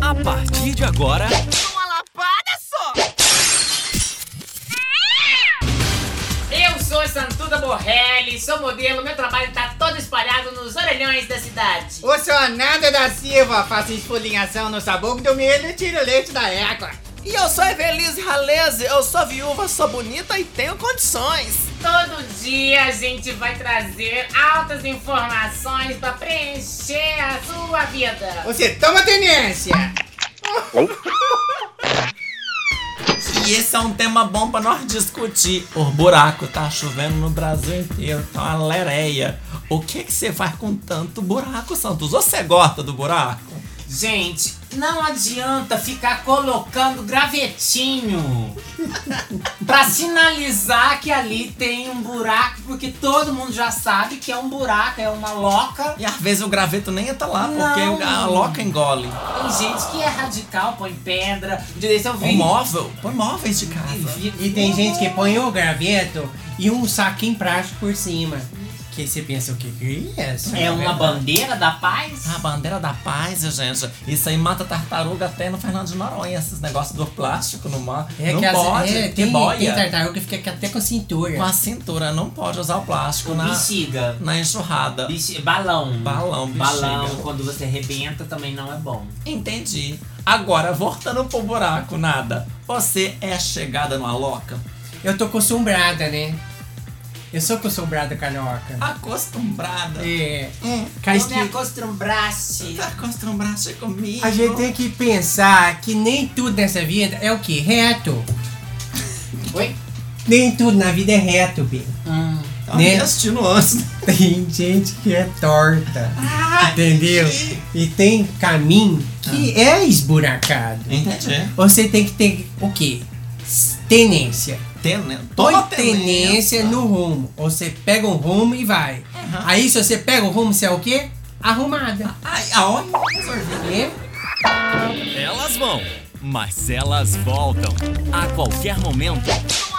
A partir de agora, Uma lapada só! Eu sou Santuda Borrelli, sou modelo, meu trabalho tá todo espalhado nos orelhões da cidade. O seu Nanda da Silva faz esfolinhação no sabor do milho e tira o leite da égua. E eu sou Evelise Raleze, eu sou viúva, sou bonita e tenho condições. Todo dia a gente vai trazer altas informações pra preencher a sua vida. Você toma tenência! E esse é um tema bom pra nós discutir. O buraco tá chovendo no Brasil inteiro, tá uma lereia. O que que você faz com tanto buraco, Santos? Você gosta do buraco? Gente, não adianta ficar colocando gravetinho pra sinalizar que ali tem um buraco, porque todo mundo já sabe que é um buraco, é uma loca. E às vezes o graveto nem tá lá, porque Não. a loca engole. Tem gente que é radical, põe pedra, direito eu Um vi. móvel, põe móveis de casa. E tem gente que põe o graveto e um saquinho plástico por cima. Que você pensa o que que é isso? É uma bandeira da paz? Ah, A bandeira da paz, gente. Isso aí mata tartaruga até no Fernando de Noronha, esses negócios do plástico no mar. É não que as- pode, é, que tem, boia. tem tartaruga que fica até com a cintura. Com a cintura, não pode usar o plástico na, Bexiga. na enxurrada. Bexiga. Balão. Balão, bexiga. Balão, quando você arrebenta também não é bom. Entendi. Agora, voltando pro buraco, nada. Você é chegada numa loca? Eu tô costumbrada, né? Eu sou costumbrada carioca. Acostumbrada. É. Hum, Cais Não me que- acostumbraste. acostumbraste comigo. a gente tem que pensar que nem tudo nessa vida é o que? Reto. Oi? Nem tudo na vida é reto, Bi. Tá né? me assistindo antes. Tem gente que é torta. Ah, Entendeu? E tem caminho que é esburacado. Entendi. Você tem que ter o quê? Tenência. Tenen... Põe Toma tenência no rumo. Você pega um rumo e vai. Aí se você pega o rumo, você é o quê? Arrumada. Ai, aonde? Né? elas vão, mas elas voltam. A qualquer momento, Uma